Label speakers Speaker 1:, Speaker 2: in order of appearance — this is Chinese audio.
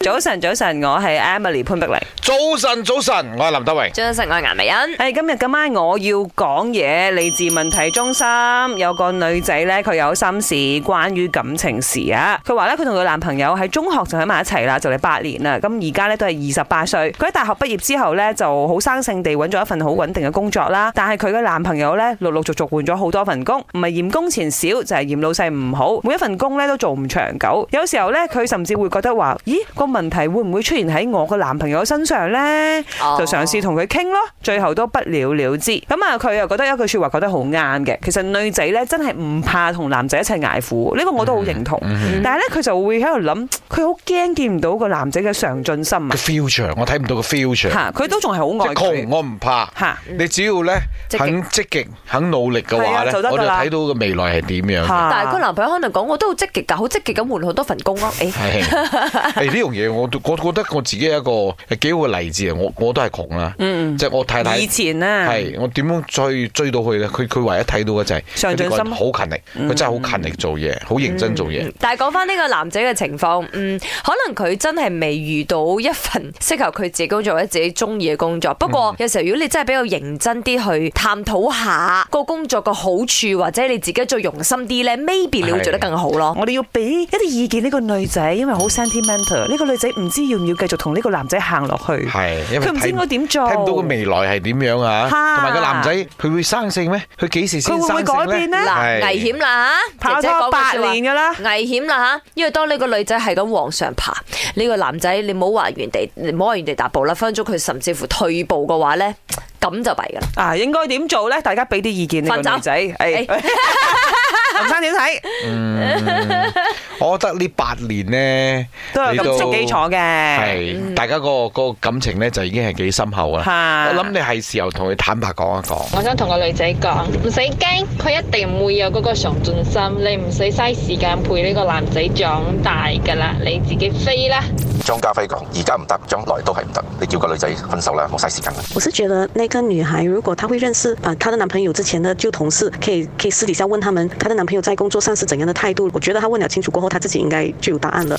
Speaker 1: 早晨，早晨，我係 Emily 潘碧玲。
Speaker 2: 早晨，早晨，我系林德
Speaker 1: 嗯
Speaker 2: 荣。
Speaker 3: 早晨，我係顏美 欣。
Speaker 1: 诶，哎今日今晚我要講嘢，嚟自問題中心有個女仔呢，佢有心事，關於感情事啊。佢話呢，佢同佢男朋友喺中學就喺埋一齊啦，就嚟八年啦。咁而家呢，都係二十八歲。佢喺大學畢業之後呢，就好生性地揾咗一份好穩定嘅工作啦。但係佢嘅男朋友呢，陸陸續續換咗好多份工，唔係嫌工錢少，就係、嫌老細唔好，每一份工呢都做唔長久。有時候呢，佢甚至會覺得話：咦，個問題會唔會出現喺我嘅男朋友身上呢？
Speaker 3: 哦
Speaker 1: 就嘗試同佢傾咯，最後都不了了之。咁啊，佢又覺得有一句说話覺得好啱嘅，其實女仔呢真係唔怕同男仔一齊捱苦，呢、個我都好認同。
Speaker 2: 嗯
Speaker 1: 但係呢，佢就會喺度諗，佢好驚見唔到個男仔嘅上進心啊
Speaker 2: 個！future 我睇唔到個 future，
Speaker 1: 吓，佢都仲係好
Speaker 2: 嗯即
Speaker 1: 愛
Speaker 2: 係窮
Speaker 1: 佢
Speaker 2: 我唔怕，
Speaker 1: 吓。
Speaker 2: 你只要咧
Speaker 3: 積極
Speaker 2: 肯積極、肯努力嘅話
Speaker 1: 嗯係啊
Speaker 2: 咧，
Speaker 1: 就得㗎
Speaker 2: 我就
Speaker 1: 啦
Speaker 2: 睇到個未來係點樣嘅。
Speaker 1: 嚇
Speaker 3: 但係個男朋友可能講，我都好積極㗎，好積極咁換好多份工咯。誒，
Speaker 2: 係係呢樣嘢，我都我覺得我自己係一個幾好嘅例子啊！我我都係窮啦，
Speaker 1: 嗯，
Speaker 2: 即係我太太
Speaker 1: 以前啊呢，
Speaker 2: 係我點樣去追到佢咧？佢佢唯一睇到嘅就係
Speaker 1: 上進心嗯
Speaker 2: 佢呢個人好勤力，佢真係好勤力做嘢，好認真做嘢。
Speaker 3: 嗯但係講翻呢個男仔嘅情況，嗯，可能佢真係未遇到一份適合佢自己工作或者自己中意嘅工作。不
Speaker 1: 嗯
Speaker 3: 過有時候如果你真係比較認真啲去探討下個工作嘅好處，或者你自己再用心啲咧，maybe 你會做得更好咯。
Speaker 1: 我哋要俾一啲意見呢個女仔，因為好 sentimental。呢個女仔唔知要唔要繼續同呢個男仔行落去，
Speaker 2: 係，因為
Speaker 1: 佢唔知
Speaker 2: 睇
Speaker 1: 應該點做，
Speaker 2: 睇唔到個未來係點樣啊！
Speaker 1: 嚇
Speaker 2: 同埋個男仔佢會生性咩？佢幾時先
Speaker 1: 佢會唔會
Speaker 2: 生
Speaker 1: 改
Speaker 2: 性
Speaker 1: 變
Speaker 2: 咧？
Speaker 1: 呢？
Speaker 3: 嗱，
Speaker 2: 係
Speaker 3: 危險啦嚇，
Speaker 1: 跑
Speaker 3: 姐姐
Speaker 1: 拖
Speaker 3: 講
Speaker 1: 八
Speaker 3: 句說話
Speaker 1: 年㗎啦。
Speaker 3: 危險啦嚇，因為當呢個女仔係咁往上爬，呢、個男仔你唔好話原地，你唔好話原地踏步啦，分分鐘佢甚至乎退步嘅話咧，咁就弊噶啦。
Speaker 1: 啊，應該點做咧？大家俾啲意見呢
Speaker 3: 瞓
Speaker 1: 個
Speaker 3: 覺
Speaker 1: 女仔。誒， 林生點睇？
Speaker 2: 我覺得呢八年呢，
Speaker 1: 都有咁熟基礎嘅。
Speaker 2: 係大家個個感情呢，就已經係幾深厚啦。
Speaker 1: 嚇
Speaker 2: 我諗你係時候同佢坦白講一講。
Speaker 4: 我想同個女仔講，唔使驚，佢一定唔會有嗰個上進心，你唔使嘥時間陪呢個男仔長大㗎啦，你自己飛啦。
Speaker 5: 張家輝講：而家唔得，將來都係唔得。你叫個女仔分手啦，冇嘥時間啦。
Speaker 6: 我是觉得那个女孩，如果她会认识啊她的男朋友之前的旧同事，可以可以私底下问他们，她的男朋友在工作上是怎样的态度。我觉得她问了清楚过后，她自己应该就有答案了。